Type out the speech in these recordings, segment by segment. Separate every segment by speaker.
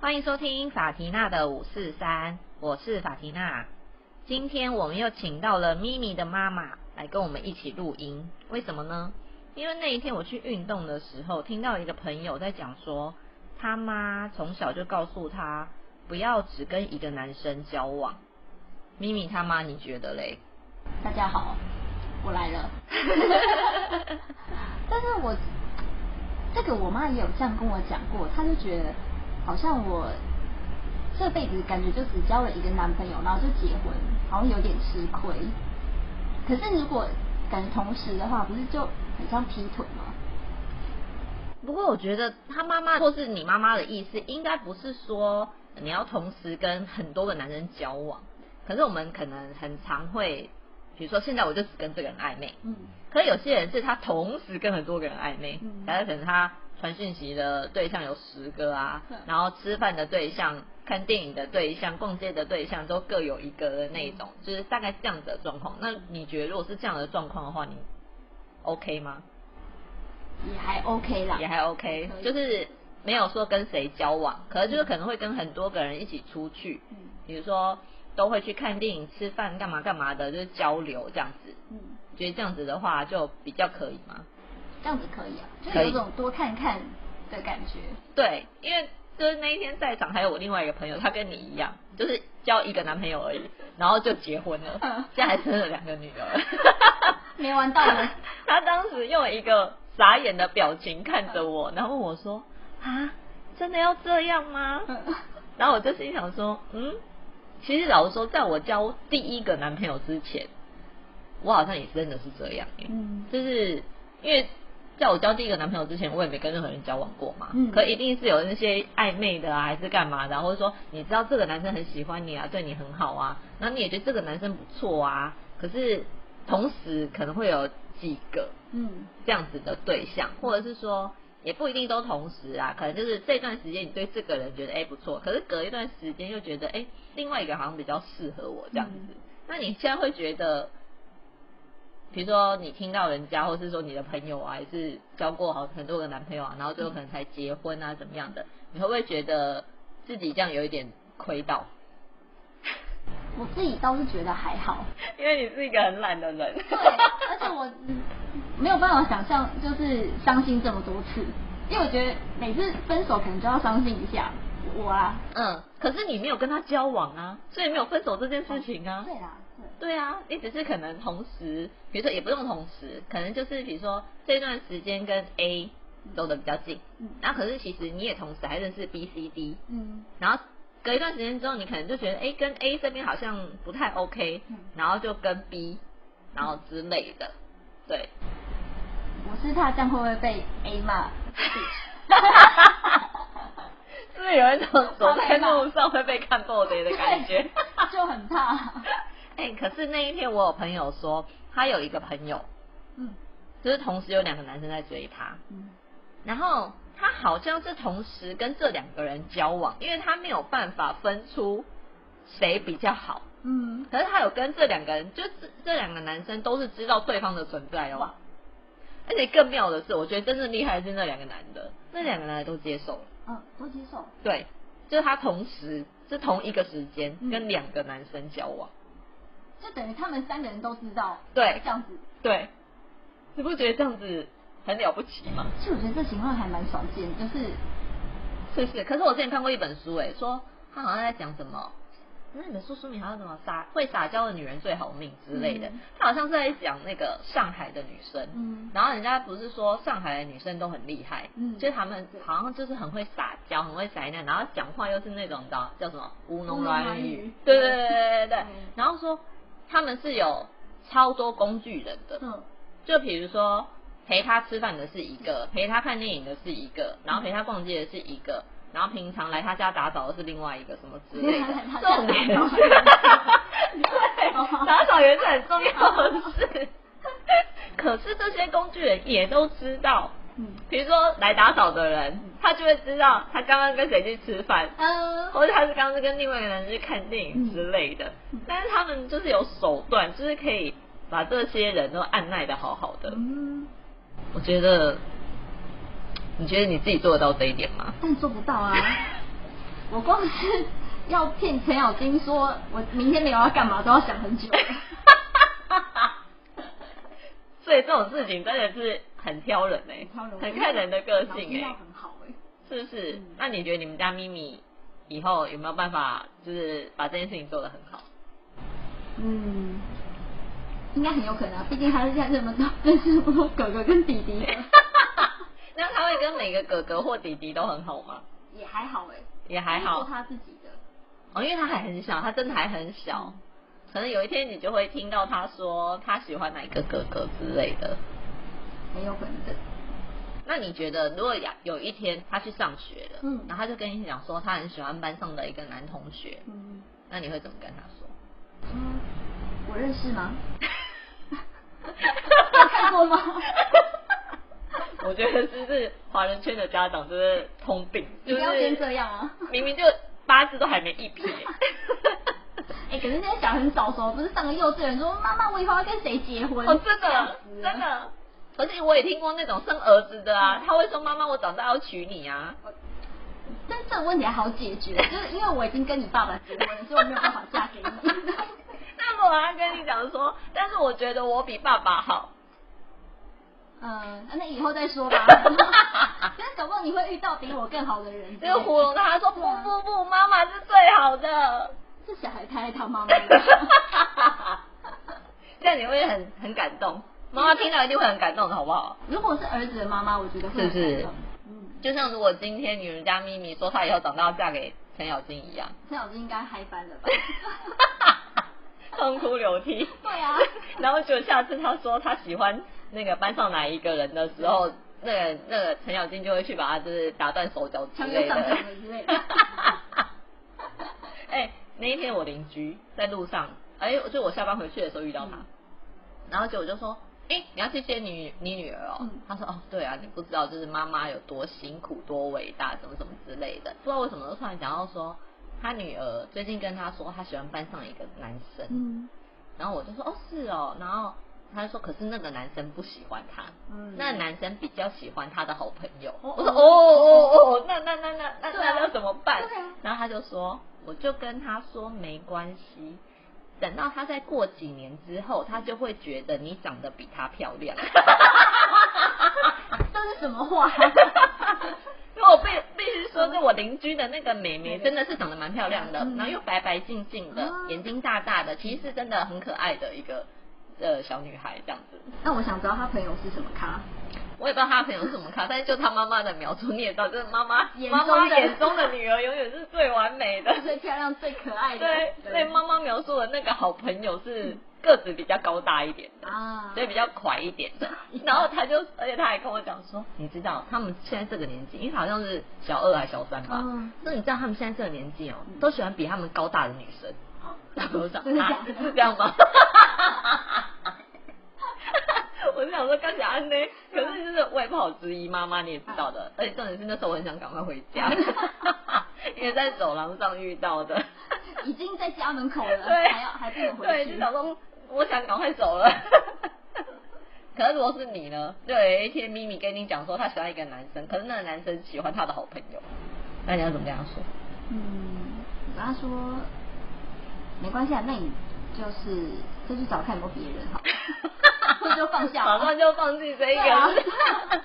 Speaker 1: 欢迎收听法缇娜的五四三，我是法缇娜。今天我们又请到了咪咪的妈妈来跟我们一起录音，为什么呢？因为那一天我去运动的时候，听到一个朋友在讲说，他妈从小就告诉他不要只跟一个男生交往。咪咪他妈，你觉得嘞？
Speaker 2: 大家好，我来 了。但是我这个我妈也有这样跟我讲过，她就觉得好像我这辈子感觉就只交了一个男朋友，然后就结婚，好像有点吃亏。可是如果感觉同时的话，不是就很像劈腿吗？
Speaker 1: 不过我觉得他妈妈或是你妈妈的意思，应该不是说你要同时跟很多个男人交往。可是我们可能很常会，比如说现在我就只跟这个人暧昧，
Speaker 2: 嗯
Speaker 1: 可有些人是他同时跟很多个人暧昧，
Speaker 2: 嗯
Speaker 1: 假如可能他传讯息的对象有十个啊
Speaker 2: 对，
Speaker 1: 然后吃饭的对象、看电影的对象、逛街的对象都各有一个的那一种，就是大概这样子的状况。那你觉得如果是这样的状况的话，你 OK 吗？
Speaker 2: 也还 OK 啦，
Speaker 1: 也还 OK，
Speaker 2: 可以
Speaker 1: 就是没有说跟谁交往，可能就是可能会跟很多个人一起出去，
Speaker 2: 嗯
Speaker 1: 比如说都会去看电影、吃饭、干嘛干嘛的，就是交流这样子。
Speaker 2: 嗯，
Speaker 1: 觉得这样子的话就比较可以吗？
Speaker 2: 这样子可以啊，就
Speaker 1: 可以
Speaker 2: 有种多看看的感觉。
Speaker 1: 对，因为就是那一天在场还有我另外一个朋友，她跟你一样，就是交一个男朋友而已，然后就结婚了
Speaker 2: 嗯，
Speaker 1: 现在还生了两个女儿。
Speaker 2: 没完 到了
Speaker 1: 她当时用一个傻眼的表情看着我，然后问我说：“啊，真的要这样吗？”
Speaker 2: 嗯
Speaker 1: 然后我就心想说，嗯，其实老实说，在我交第一个男朋友之前，我好像也真的是这样、欸，
Speaker 2: 嗯
Speaker 1: 就是因为在我交第一个男朋友之前，我也没跟任何人交往过嘛，
Speaker 2: 嗯
Speaker 1: 可一定是有那些暧昧的啊，还是干嘛的、啊，或者说你知道这个男生很喜欢你啊，对你很好啊，然后你也觉得这个男生不错啊，可是同时可能会有几个，
Speaker 2: 嗯
Speaker 1: 这样子的对象，或者是说也不一定都同时啊，可能就是这段时间你对这个人觉得哎、不错，可是隔一段时间又觉得哎、另外一个好像比较适合我这样子。
Speaker 2: 嗯
Speaker 1: 那你现在会觉得，比如说你听到人家，或是说你的朋友啊，还是交过好很多个男朋友啊，然后最后可能才结婚啊怎么样的，你会不会觉得自己这样有一点亏到？
Speaker 2: 我自己倒是觉得还好。
Speaker 1: 因为你是一个很懒的人，
Speaker 2: 对，而且我嗯没有办法想象，就是伤心这么多次，因为我觉得每次分手可能就要伤心一下。我啊，
Speaker 1: 嗯，可是你没有跟他交往啊，所以没有分手这件事情啊。
Speaker 2: 对啦，对，
Speaker 1: 对啊，你只是可能同时，比如说也不用同时，可能就是比如说这段时间跟 A 走的比较近，
Speaker 2: 嗯
Speaker 1: 然后可是其实你也同时还认识 B、C、D，
Speaker 2: 嗯
Speaker 1: 然后隔一段时间之后，你可能就觉得哎跟 A 这边好像不太 OK，
Speaker 2: 嗯
Speaker 1: 然后就跟 B，然后之类的， 对，
Speaker 2: 我是怕这样会不会被 A 骂？
Speaker 1: 是不是有一种走在路上会被看爆 雷的感觉？
Speaker 2: 对就很怕。
Speaker 1: 哎、可是那一天我有朋友说，他有一个朋友，
Speaker 2: 嗯
Speaker 1: 就是同时有两个男生在追他，
Speaker 2: 嗯
Speaker 1: 然后他好像是同时跟这两个人交往，因为他没有办法分出谁比较好。
Speaker 2: 嗯，
Speaker 1: 可是他有跟这两个人，就这这两个男生都是知道对方的存在哦
Speaker 2: 哇。
Speaker 1: 而且更妙的是，我觉得真正厉害的是那两个男的，那两个男的都接受了。
Speaker 2: 嗯，多接受。
Speaker 1: 对，就是他同时是同一个时间
Speaker 2: 嗯
Speaker 1: 跟两个男生交往。
Speaker 2: 就等于他们三个人都知道，
Speaker 1: 对
Speaker 2: 这样子。
Speaker 1: 对，你不觉得这样子很了不起吗？
Speaker 2: 其实我觉得这情况还蛮少见，就是
Speaker 1: 是是，可是我之前看过一本书，哎，说他好像在讲什么，那本书书名好像什么撒会撒娇的女人最好命之类的
Speaker 2: 嗯，
Speaker 1: 他好像是在讲那个上海的女生。
Speaker 2: 嗯
Speaker 1: 然后人家不是说上海的女生都很厉害，
Speaker 2: 嗯
Speaker 1: 就是她们好像就是很会撒娇，很会撒娇，然后讲话又是那种叫叫什么吴侬软
Speaker 2: 吴侬软
Speaker 1: 语
Speaker 2: 语，
Speaker 1: 对对对对对对
Speaker 2: 嗯。
Speaker 1: 然后说他们是有超多工具人的，
Speaker 2: 嗯
Speaker 1: 就比如说陪他吃饭的是一个，陪他看电影的是一个，然后陪他逛街的是一个，然后平常来他家打扫的是另外一个什么之类的
Speaker 2: 他，家
Speaker 1: 重点
Speaker 2: 打扫
Speaker 1: 是，对， 打扫也是很重要的事。 可是这些工具人也都知道，
Speaker 2: 嗯
Speaker 1: 比如说来打扫的人，他就会知道他刚刚跟谁去吃饭，
Speaker 2: 嗯，
Speaker 1: 或者他是刚刚是跟另外一个人去看电影之类的，但是他们就是有手段，就是可以把这些人都按耐的好好的。
Speaker 2: 嗯，
Speaker 1: 我觉得，你觉得你自己做得到这一点 吗？
Speaker 2: 但做不到啊。我光是要骗程咬金说我明天没有要干嘛，都要想很久。
Speaker 1: 所以这种事情真的是很挑人哎、很看人的个
Speaker 2: 脑
Speaker 1: 性
Speaker 2: 筋
Speaker 1: 哎、
Speaker 2: 要很好哎、
Speaker 1: 是不是？
Speaker 2: 嗯
Speaker 1: 那你觉得你们家咪咪以后有没有办法，就是把这件事情做得很 好？
Speaker 2: 嗯，应该很有可能、啊，毕竟他是在这么多认识我哥哥跟弟弟 的，
Speaker 1: 那他会跟每个哥哥或弟弟都很好吗？
Speaker 2: 也还好哎、
Speaker 1: 也还
Speaker 2: 做
Speaker 1: 好
Speaker 2: 他自己的。
Speaker 1: 哦，因为他还很小，他真的还很
Speaker 2: 嗯
Speaker 1: 小，可能有一天你就会听到他说他喜欢哪一个哥哥之类的。
Speaker 2: 很有可能的。
Speaker 1: 那你觉得，如果有有一天他去上学了，
Speaker 2: 嗯
Speaker 1: 然后他就跟你讲说他很喜欢班上的一个男同学，
Speaker 2: 嗯，
Speaker 1: 那你会怎么跟他说？
Speaker 2: 嗯我认识吗？有看过吗？
Speaker 1: 我觉得这是华人圈的家长就是通病，
Speaker 2: 你
Speaker 1: 就
Speaker 2: 不
Speaker 1: 是
Speaker 2: 要先这样啊！
Speaker 1: 明明就八字都还没一 撇，
Speaker 2: 哎、可是现在小孩很早熟，不是上个幼稚园说妈妈，我以后要跟谁结婚？
Speaker 1: 哦，真
Speaker 2: 吓
Speaker 1: 的
Speaker 2: 死了
Speaker 1: 真。的。而且我也听过那种生儿子的啊，他会说妈妈，我长大要娶你 啊。
Speaker 2: 但这个问题还好解决，就是因为我已经跟你爸爸结婚了，所以我没有办法嫁给你。
Speaker 1: 那么我要跟你讲说，但是我觉得我比爸爸好。
Speaker 2: 嗯，那以后再说吧。 但是搞不好你会遇到比我更好的人。
Speaker 1: 这个糊弄他，他说
Speaker 2: 对
Speaker 1: 不
Speaker 2: 啊
Speaker 1: 不不，妈妈是最好的。
Speaker 2: 是小孩太爱他妈妈了。
Speaker 1: 这样你会很很感动，妈妈听到一定会很感动的，好不好？
Speaker 2: 如果是儿子的妈妈，我觉得会
Speaker 1: 是
Speaker 2: 很
Speaker 1: 不是
Speaker 2: 感动嗯，
Speaker 1: 就像如果今天你们家咪咪说她以后长大要嫁给陈咬金一样，
Speaker 2: 陈小金应该嗨翻 了吧？
Speaker 1: 痛哭流涕。
Speaker 2: 对啊，
Speaker 1: 然后就下次她说她喜欢那个班上哪一个人的时候，那个那个陈咬金就会去把她就是打断手脚之
Speaker 2: 强
Speaker 1: 类
Speaker 2: 哥上
Speaker 1: 的
Speaker 2: 场。了之类的。
Speaker 1: 哎、那一天我邻居在路上，哎、就我下班回去的时候遇到他，
Speaker 2: 嗯
Speaker 1: 然后结果就说，哎、你要去接你女你女儿哦、
Speaker 2: 嗯
Speaker 1: 他说，哦，对啊，你不知道就是妈妈有多辛苦多伟大，怎么怎么之类的，不知道为什么突然讲到说，他女儿最近跟他说他喜欢班上一个男生，
Speaker 2: 嗯
Speaker 1: 然后我就说，哦，是哦，然后他就说，可是那个男生不喜欢他，
Speaker 2: 嗯
Speaker 1: 那男生比较喜欢他的好朋友。
Speaker 2: 哦
Speaker 1: 我说
Speaker 2: 哦
Speaker 1: 哦哦哦，那那那那那
Speaker 2: 对啊
Speaker 1: 那要怎么办
Speaker 2: 对啊？
Speaker 1: 然后他就说，我就跟他说没关系，等到他再过几年之后，他就会觉得你长得比他漂亮。
Speaker 2: 这是什 么话？
Speaker 1: 因为我必必须说，是我邻居的那个妹妹真的是长得蛮漂亮的，
Speaker 2: 嗯
Speaker 1: 然后又白白净净的，
Speaker 2: 啊
Speaker 1: 眼睛大大的，其实是真的很可爱的一个呃小女孩这样子。
Speaker 2: 那我想知道他朋友是什么咖？
Speaker 1: 我也不知道他的朋友是什么咖，但是就他妈妈的描述，你也知道，就是妈妈
Speaker 2: 眼
Speaker 1: 妈
Speaker 2: 中的
Speaker 1: 妈眼中的女儿永远是最完美的。
Speaker 2: 最漂亮、最可爱的。嗯
Speaker 1: 对，所以妈妈描述的那个好朋友是个子比较高大一点的，
Speaker 2: 啊，
Speaker 1: 所以比较快一 点的。然后他就，而且他还跟我讲说，你知道他们现在这个年纪，因为好像是小二还小三吧，
Speaker 2: 嗯
Speaker 1: 那你知道他们现在这个年纪哦，都喜欢比他们高大的女 生。然后我想
Speaker 2: 真的假
Speaker 1: 啊
Speaker 2: 的
Speaker 1: 是这样吗？ 我是想说干啥呢？可是就是我也不好质疑妈妈，你也知道
Speaker 2: 嗯
Speaker 1: 的。而且重点是那时候我很想赶快回 家，因为在走廊上遇到的。
Speaker 2: 已经在家门口了，
Speaker 1: 对，
Speaker 2: 还要还不能回
Speaker 1: 对，
Speaker 2: 去
Speaker 1: 就。想说我想赶快 走了。可是如果是你呢？就有一天咪咪跟你讲说她喜欢一个男生，可是那个男生喜欢她的好朋友，那你要怎么跟他 说？
Speaker 2: 嗯，我跟他说没关系啊，那你就是再去找看有没有别人好 了，这就放下吧。
Speaker 1: 马上就放弃这一
Speaker 2: 对
Speaker 1: 个。
Speaker 2: 啊，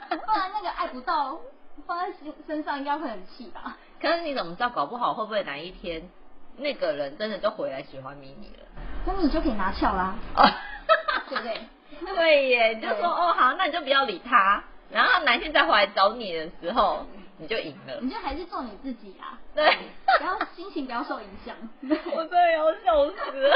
Speaker 2: 不然那个爱不到，放在身身上应该会很气 吧？
Speaker 1: 可是你怎么知道？搞不好会不会哪一天那个人真的就回来喜欢咪咪了？
Speaker 2: 那你就可以拿翘啦，
Speaker 1: 哦，
Speaker 2: 对不对？
Speaker 1: 对耶，你就说
Speaker 2: 对
Speaker 1: 哦好，那你就不要理他。然后哪一天再回来找你的时候，你就赢了。
Speaker 2: 你就还是做你自己啊，
Speaker 1: 对，
Speaker 2: 不要心情不要受影响，
Speaker 1: 我真的要笑死了。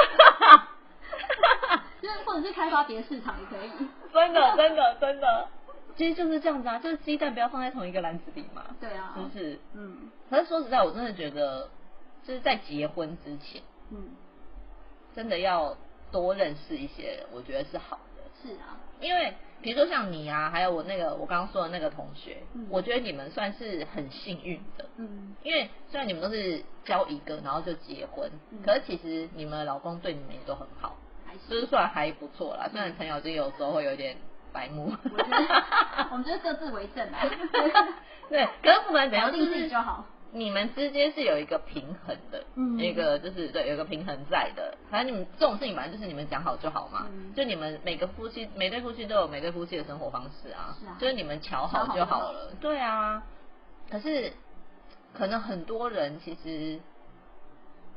Speaker 2: 就是或者是开发别的市场也可以。
Speaker 1: 真的，真的，真的。其实就是这样子啊，就是鸡蛋不要放在同一个篮子里嘛，
Speaker 2: 对啊
Speaker 1: 是，不是？
Speaker 2: 嗯
Speaker 1: 可是说实在，我真的觉得，就是在结婚之前，
Speaker 2: 嗯，
Speaker 1: 真的要多认识一些人，我觉得是好的。
Speaker 2: 是啊，
Speaker 1: 因为比如说像你啊，还有我那个我刚刚说的那个同学，
Speaker 2: 嗯
Speaker 1: 我觉得你们算是很幸运的，
Speaker 2: 嗯
Speaker 1: 因为虽然你们都是交一个，然后就结婚，
Speaker 2: 嗯
Speaker 1: 可是其实你们的老公对你们也都很好，
Speaker 2: 还行，
Speaker 1: 就是算还不错啦。虽然陈小金有时候会有点白目，
Speaker 2: 我觉得我们就是各自为政啊，
Speaker 1: 对，可是不管怎
Speaker 2: 聊
Speaker 1: 样，就
Speaker 2: 定自己
Speaker 1: 是嗯
Speaker 2: 就好。
Speaker 1: 你们之间是有一个平衡的，
Speaker 2: 嗯
Speaker 1: 一个就是对，有一个平衡在的。反正你们这种事情，反正就是你们讲好就好嘛。
Speaker 2: 嗯
Speaker 1: 就你们每个夫妻，每对夫妻都有每对夫妻的生活方式啊，
Speaker 2: 是啊
Speaker 1: 就是你们瞧好就
Speaker 2: 瞧好
Speaker 1: 好
Speaker 2: 就
Speaker 1: 了。对啊，可是可能很多人其实，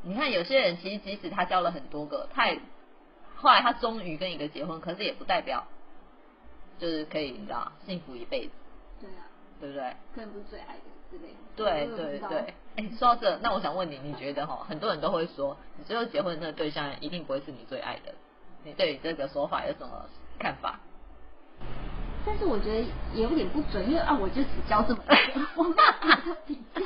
Speaker 1: 你看有些人其实即使他交了很多个，他也后来他终于跟一个结婚，可是也不代表就是可以你知道幸福一辈子，
Speaker 2: 对啊，
Speaker 1: 对不对？
Speaker 2: 可能不是最爱的之类的。
Speaker 1: 对
Speaker 2: 我也不
Speaker 1: 对
Speaker 2: 知道
Speaker 1: 对，哎、说到这，那我想问你，你觉得哈，很多人都会说，你最后结婚的那个对象一定不会是你最爱的，你对于这个说法有什么看法？
Speaker 2: 但是我觉得也有点不准，因为啊，我就只交这么 一个，我没有跟他比较。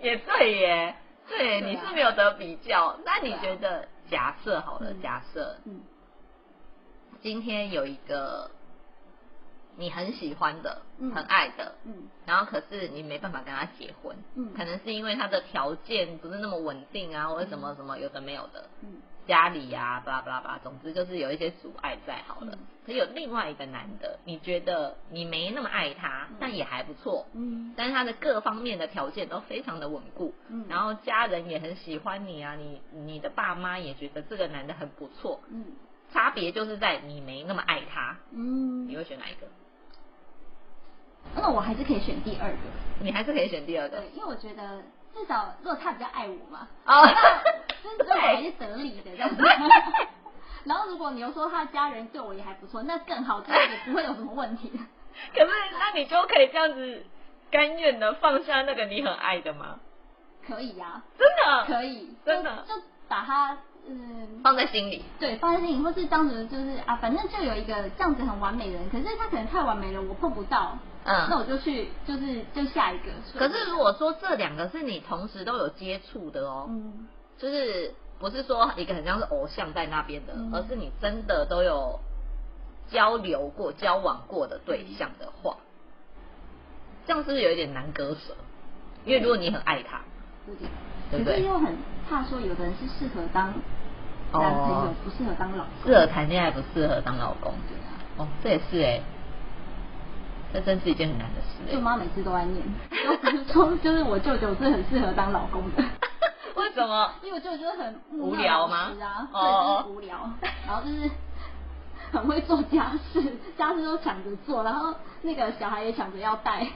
Speaker 1: 也对耶，对，
Speaker 2: 对啊
Speaker 1: 你是没有得比较。那你
Speaker 2: 对啊
Speaker 1: 觉得，假设好了，
Speaker 2: 嗯
Speaker 1: 假设
Speaker 2: 嗯，
Speaker 1: 今天有一个你很喜欢的、
Speaker 2: 嗯
Speaker 1: 很爱的，
Speaker 2: 嗯
Speaker 1: 然后可是你没办法跟他结婚，
Speaker 2: 嗯
Speaker 1: 可能是因为他的条件不是那么稳定啊，或者什么什么有的没有的，
Speaker 2: 嗯
Speaker 1: 家里呀、啊，巴拉巴拉巴拉，总之就是有一些阻碍在好了
Speaker 2: 嗯。
Speaker 1: 可有另外一个男的，你觉得你没那么爱他
Speaker 2: 嗯，
Speaker 1: 但也还不错，
Speaker 2: 嗯
Speaker 1: 但是他的各方面的条件都非常的稳固，
Speaker 2: 嗯，
Speaker 1: 然后家人也很喜欢你啊，你你的爸妈也觉得这个男的很不错，
Speaker 2: 嗯
Speaker 1: 差别就是在你没那么爱他，你
Speaker 2: 嗯，
Speaker 1: 会选哪一个？
Speaker 2: 那我还是可以选第二个。
Speaker 1: 你还是可以选第二个
Speaker 2: 对，因为我觉得至少如果他比较爱我嘛，
Speaker 1: 哦，
Speaker 2: 那我还是得理的这样子。 然后如果你又说他家人对我也还不错，那更好，这也不会有什么问题。
Speaker 1: 可是那你就可以这样子甘愿的放下那个你很爱的吗？
Speaker 2: 可以呀、
Speaker 1: 真的，
Speaker 2: 可以，
Speaker 1: 哦真的
Speaker 2: 就就把他嗯。
Speaker 1: 放在心里。
Speaker 2: 对，放在心里，或是当成就是啊，反正就有一个这样子很完美的人，可是他可能太完美了，我碰不到，那
Speaker 1: 嗯，
Speaker 2: 我就去就是就下一个。
Speaker 1: 可是如果说这两个是你同时都有接触的哦，
Speaker 2: 嗯
Speaker 1: 就是不是说一个很像是偶像在那边的，
Speaker 2: 嗯
Speaker 1: 而是你真的都有交流过、交往过的对象的话，这样是不是有一点难割舍？因为如果你很爱他，
Speaker 2: 有点，
Speaker 1: 对不
Speaker 2: 可是
Speaker 1: 对
Speaker 2: 又很怕说有的人是适合当男朋友，
Speaker 1: 哦
Speaker 2: 不适合当老公。
Speaker 1: 适合谈恋爱不适合当老公
Speaker 2: 对啊，
Speaker 1: 哦，这也是哎、这真是一件很难的事
Speaker 2: 舅
Speaker 1: 哎、
Speaker 2: 妈每次都在念， 都说就是我舅舅是很适合当老公的，
Speaker 1: 为什么？
Speaker 2: 因为我舅舅就是很
Speaker 1: 无聊吗
Speaker 2: 木讷老实啊，
Speaker 1: 哦
Speaker 2: 对，就是无聊，然后就是很会做家事，家事都抢着做，然后那个小孩也抢着要 带，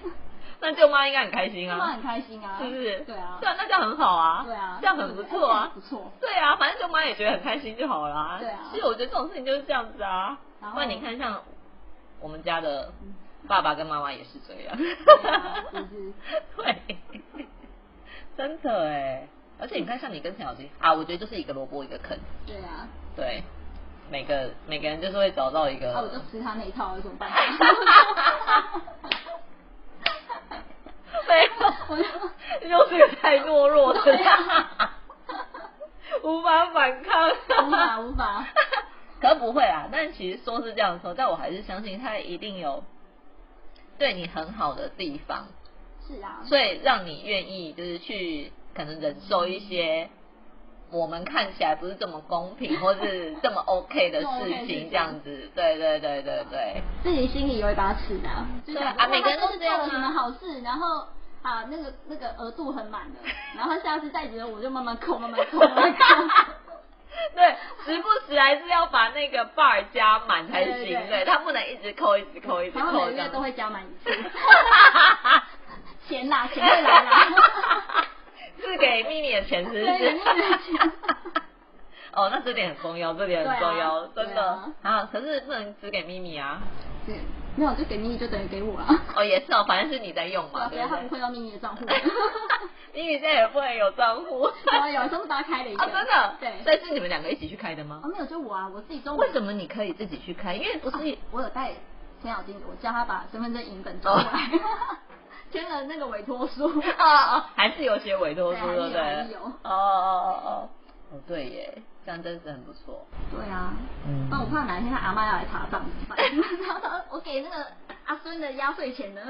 Speaker 1: 那舅妈应该很开心
Speaker 2: 舅
Speaker 1: 啊，
Speaker 2: 妈很开心啊，
Speaker 1: 是不是？
Speaker 2: 对啊
Speaker 1: 对，啊，那这样很好啊，
Speaker 2: 对啊，
Speaker 1: 这样很不错啊
Speaker 2: 而且，很不错。
Speaker 1: 对啊，反正舅妈也觉得很开心就好啦。
Speaker 2: 对啊
Speaker 1: 其实我觉得这种事情就是这样子啊。
Speaker 2: 然后
Speaker 1: 那你看，像我们家的
Speaker 2: 嗯
Speaker 1: 爸爸跟妈妈也是这样，
Speaker 2: 对啊是不是
Speaker 1: 对，真的哎。而且你看，像你跟陈小金啊，我觉得就是一个萝卜一个坑，
Speaker 2: 对啊，
Speaker 1: 对，每个每个人就是会找到一个。
Speaker 2: 啊，我就吃他那一套，有什么办法？
Speaker 1: 没有，就是个太懦弱的
Speaker 2: 对啊
Speaker 1: 他，无法反抗。
Speaker 2: 无法无法，
Speaker 1: 可不会啦，但其实说是这样说，但我还是相信他一定有对你很好的地方，
Speaker 2: 是啊，
Speaker 1: 所以让你愿意就是去可能忍受一些我们看起来不是这么公平或是这么 OK 的
Speaker 2: 这么 OK
Speaker 1: 事
Speaker 2: 的事情
Speaker 1: 情，这样子，对对对对对，
Speaker 2: 自己心里有一把尺啊，就
Speaker 1: 对
Speaker 2: 想
Speaker 1: 啊
Speaker 2: 说
Speaker 1: 每个人
Speaker 2: 哇他
Speaker 1: 都
Speaker 2: 是
Speaker 1: 这样
Speaker 2: 做了什
Speaker 1: 啊
Speaker 2: 么好事，然后啊，那个那个额度很满的，然后下次再觉得我就慢慢扣，慢慢扣，慢慢 扣。
Speaker 1: 对，时不时还是要把那个 bar 加满才行，
Speaker 2: 对
Speaker 1: 对
Speaker 2: 对对
Speaker 1: 他不能一直扣，一直扣，一直
Speaker 2: 然后
Speaker 1: 扣这
Speaker 2: 每个月
Speaker 1: 样
Speaker 2: 都
Speaker 1: 子。
Speaker 2: 会加满一 次，钱啦，钱会来 啦，
Speaker 1: 是给秘密的钱，是不
Speaker 2: 对给
Speaker 1: 是
Speaker 2: 秘密的钱？
Speaker 1: 哦，那这点很重要，这点很重要，
Speaker 2: 对
Speaker 1: 真
Speaker 2: 啊对
Speaker 1: 的
Speaker 2: 啊
Speaker 1: 啊。可是不能只给秘密啊。
Speaker 2: 对，没有就给你，就等于给我了，
Speaker 1: 哦，也是哦，反正是你在用
Speaker 2: 对啊
Speaker 1: 嘛，
Speaker 2: 不
Speaker 1: 对
Speaker 2: 要
Speaker 1: 不
Speaker 2: 他
Speaker 1: 对
Speaker 2: 们？汇到秘密的账户。
Speaker 1: 秘密现在也不能有账户。
Speaker 2: 有啊有啊，全部打开 了一个，
Speaker 1: 哦，真的。
Speaker 2: 对，
Speaker 1: 所以是你们两个一起去开的吗
Speaker 2: 哦？没有就我啊，我自己中午
Speaker 1: 为什么你可以自己去开？因为不是
Speaker 2: 我有带程咬金，我叫他把身份证影本转过来， 签了那个委托书。
Speaker 1: 哦哦，还是有些委托书，
Speaker 2: 对
Speaker 1: 对不对
Speaker 2: 还是有还是有？
Speaker 1: 哦哦哦哦，哦对耶，这样真是很不错。
Speaker 2: 对啊，
Speaker 1: 嗯
Speaker 2: 那我怕哪一天他阿妈要来查账怎么办？然后他 说我给那个阿孙的压岁钱呢，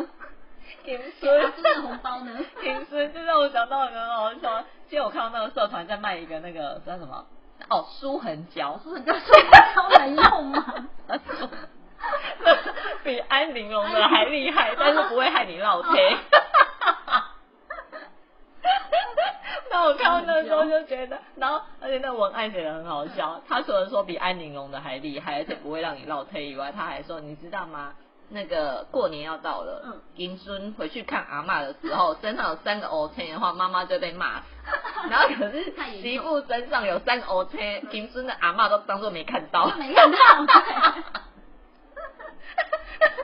Speaker 1: 停
Speaker 2: 给 阿孙的红包呢？
Speaker 1: 停尸，这让我想到一个很好笑。今天我看到那个社团在卖一个那个叫什么哦，舒痕胶，
Speaker 2: 不是你就说超能用吗？
Speaker 1: 比安玲珑的还厉害，但是不会害你落 贴。那我看到那时候就觉得，然后而且那文案写的很好笑，他除了说比安玲珑的还厉害，而且不会让你落推以外，他还说你知道吗？那个过年要到了
Speaker 2: 嗯，
Speaker 1: 银孙回去看阿嬷的时候，身上有三个 O 圈的话，妈妈就被骂死。然后可是
Speaker 2: 太严重
Speaker 1: 媳妇身上有三个 O 圈，银孙的阿嬷都当做没看到
Speaker 2: 我。没看到，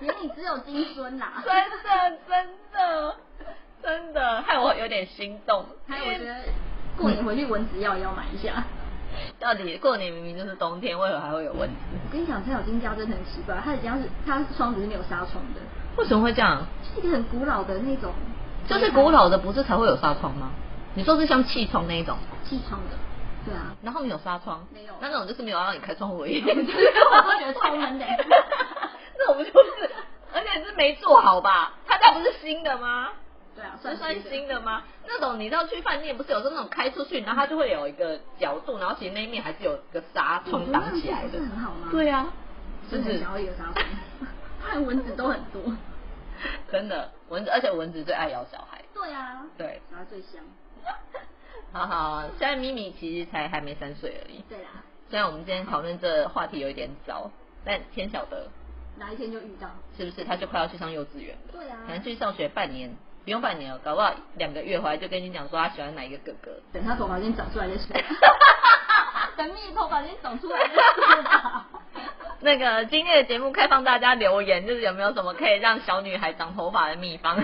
Speaker 2: 对眼里只有金孙啦。
Speaker 1: 真的，真的，真的，害我有点心动。
Speaker 2: 还有，我觉得过年回去蚊子药也要买一下。
Speaker 1: 到底过年明明就是冬天，为何还会有蚊子？
Speaker 2: 我跟你讲，这小金胶真的很奇怪，它的胶是它窗子是没有纱窗的，
Speaker 1: 为什么会这样？
Speaker 2: 就是一个很古老的那种，
Speaker 1: 就是古老的不是才会有纱窗吗？你说是像气窗那一种，
Speaker 2: 气窗的，对啊。
Speaker 1: 然后没有纱窗，
Speaker 2: 没有
Speaker 1: 那那种就是没有让你开窗户而已。
Speaker 2: 我都觉得超闷的
Speaker 1: 那种就是，而且是没做好吧？他家不是新的吗？
Speaker 2: 对啊，
Speaker 1: 这算
Speaker 2: 新
Speaker 1: 新的吗？那种你知道去饭店不是有时候那种开出去，然后它就会有一个角度，然后其实那一面还是有一个纱
Speaker 2: 我觉
Speaker 1: 窗
Speaker 2: 得
Speaker 1: 挡起来
Speaker 2: 这
Speaker 1: 的
Speaker 2: 样子不是。很好吗？
Speaker 1: 对啊，就
Speaker 2: 真的
Speaker 1: 是
Speaker 2: 想要一个纱窗，看蚊子都很多。
Speaker 1: 真的蚊子，而且蚊子最爱咬小孩。
Speaker 2: 对啊，
Speaker 1: 对，
Speaker 2: 然后最香。
Speaker 1: 好好，虽然咪咪其实才还没三岁而已，
Speaker 2: 对啦，
Speaker 1: 虽然我们今天讨论这话题有一点早，但天晓得
Speaker 2: 哪一天就遇到。
Speaker 1: 是不是他就快要去上幼稚园了？
Speaker 2: 对啊
Speaker 1: 可，能去上学半年，不用半年哦，搞不好两个月回来就跟你讲说他喜欢哪一个哥哥。
Speaker 2: 等他头发先长出来再 说。等蜜头发先长出来再说吧。
Speaker 1: 那个今天的节目开放大家留言，就是有没有什么可以让小女孩长头发的秘方？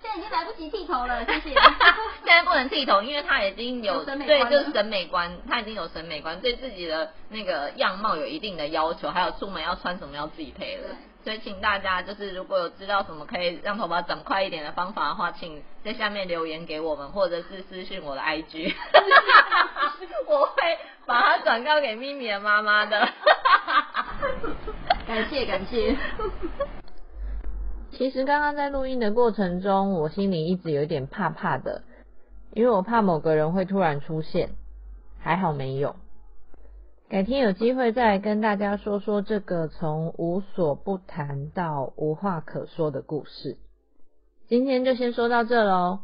Speaker 2: 现在已经来不及剃头了，谢谢。
Speaker 1: 现在不能剃头，因为她已经有
Speaker 2: 有审美
Speaker 1: 对，
Speaker 2: 观
Speaker 1: 就
Speaker 2: 了
Speaker 1: 是审美观，她已经有审美观，对自己的那个样貌有一定的要求，还有出门要穿什么要自己配了。所以请大家就是如果有知道什么可以让头发长快一点的方法的话，请在下面留言给我们，或者是私信我的 IG，我会把它转告给咪咪的妈妈的。
Speaker 2: 感谢感谢。
Speaker 1: 其实刚刚在录音的过程中，我心里一直有点怕怕的，因为我怕某个人会突然出现，还好没有。改天有机会再来跟大家说说这个从无所不谈到无话可说的故事。今天就先说到这喽。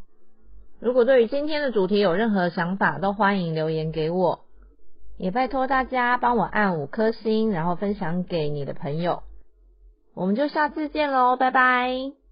Speaker 1: 如果对于今天的主题有任何想法，都欢迎留言给我。也拜托大家帮我按五颗星，然后分享给你的朋友。我们就下次见喽，拜拜。